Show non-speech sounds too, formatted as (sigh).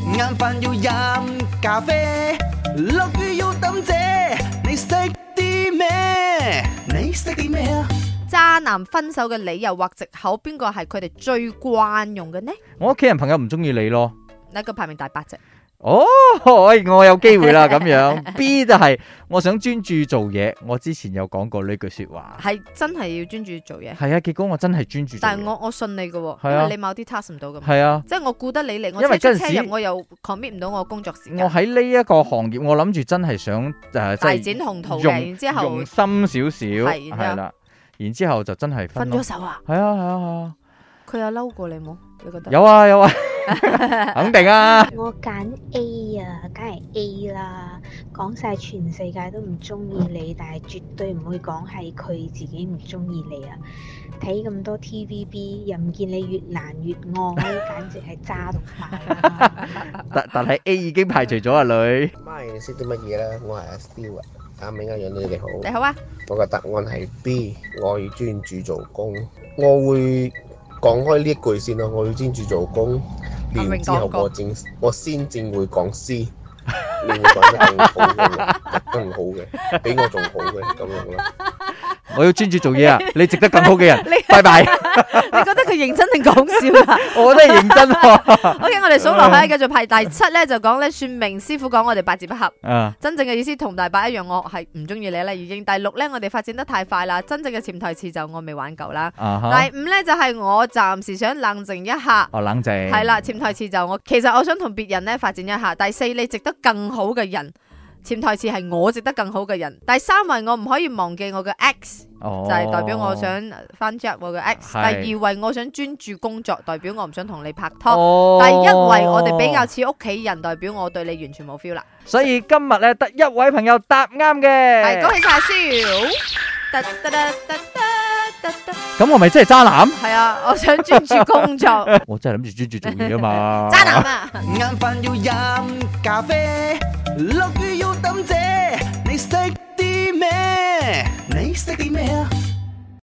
晏飯要飲咖啡，落雨要抌遮，你識啲咩？你識啲咩啊？渣男分手嘅理由或藉口，邊個係佢哋最慣用嘅呢？我屋企人朋友唔中意你咯。嗱個排名第八隻，哦，喂我有機會啦，咁 (laughs) 樣 B 就係我想專注做嘢，我之前有講過呢句說話，係真係要專注做嘢。係啊，結果我真係專注做嘢，但係我我信你嘅喎，係啊因為你某啲 task 唔到嘅嘛，係啊，即係我顧得你嚟，因我車為出嗰陣車時入，我又 commit 唔到我工作時我間，喺呢一個行業，我諗住真係想誒，呃即大係展宏圖用嘅，然之後用心少少，係然之後係啦，然之後就真係分分咯咗，手啊！係啊係啊係啊，佢有嬲過你冇？你覺得？有啊有啊， (laughs) 肯定啊，我揀 A 啊，梗係 A 啦。講晒全世界都唔中意你，但係絕對唔會講係佢自己唔中意你啊！睇咁多 TVB，又唔見你越難越愛，簡直係渣到爆啊！但但係 A 已經排除咗啊女，媽你識啲乜嘢啦？我係阿 Steve 啊，阿明阿楊你哋好。你好啊，我嘅答案係 B，我要專注做工。我會講開呢一句先咯，我要專注做工。阿明然之講後過我正我先正會講 C，你會講得更好嘅喎，更好嘅，比我仲好嘅咁樣咯。我要專注做嘢 (laughs) 啊，你值得更好嘅人，你 (laughs) 拜拜，你覺得佢認真定講笑啊 (laughs) (laughs) 我覺得認真喎， ？OK，我哋數落去，繼續排第七咧，就講咧算命師傅講我哋八字不合。啊真正嘅意思同大伯一樣，我係唔中意你啦，已經。第六咧，我哋發展得太快啦，真正嘅潛台詞就我未玩夠啦。啊哈，第五咧就係、我暫時想冷靜一下。哦冷靜，係啦，潛台詞就我其實我想同別人咧發展一下。第四，你值得更好嘅人，潛台詞係我值得更好嘅人。第三位我唔可以忘記我嘅 X，哦，就就係代表我想翻 job 我嘅 X。係第二位我想專注工作，代表我唔想同你拍拖。哦第一位我哋比較似屋企人，代表我對你完全冇 feel 啦。所以今日咧得一位朋友答啱系嘅恭，喜晒 (laughs) 蕭！得得得得得得得，咁我咪真係渣男？系啊，我想專注工作，，我真係諗住專注做嘢啊 (laughs) 嘛渣男啊！晏飯要飲咖啡，落雨要抌遮，你識啲咩？你識啲咩啊？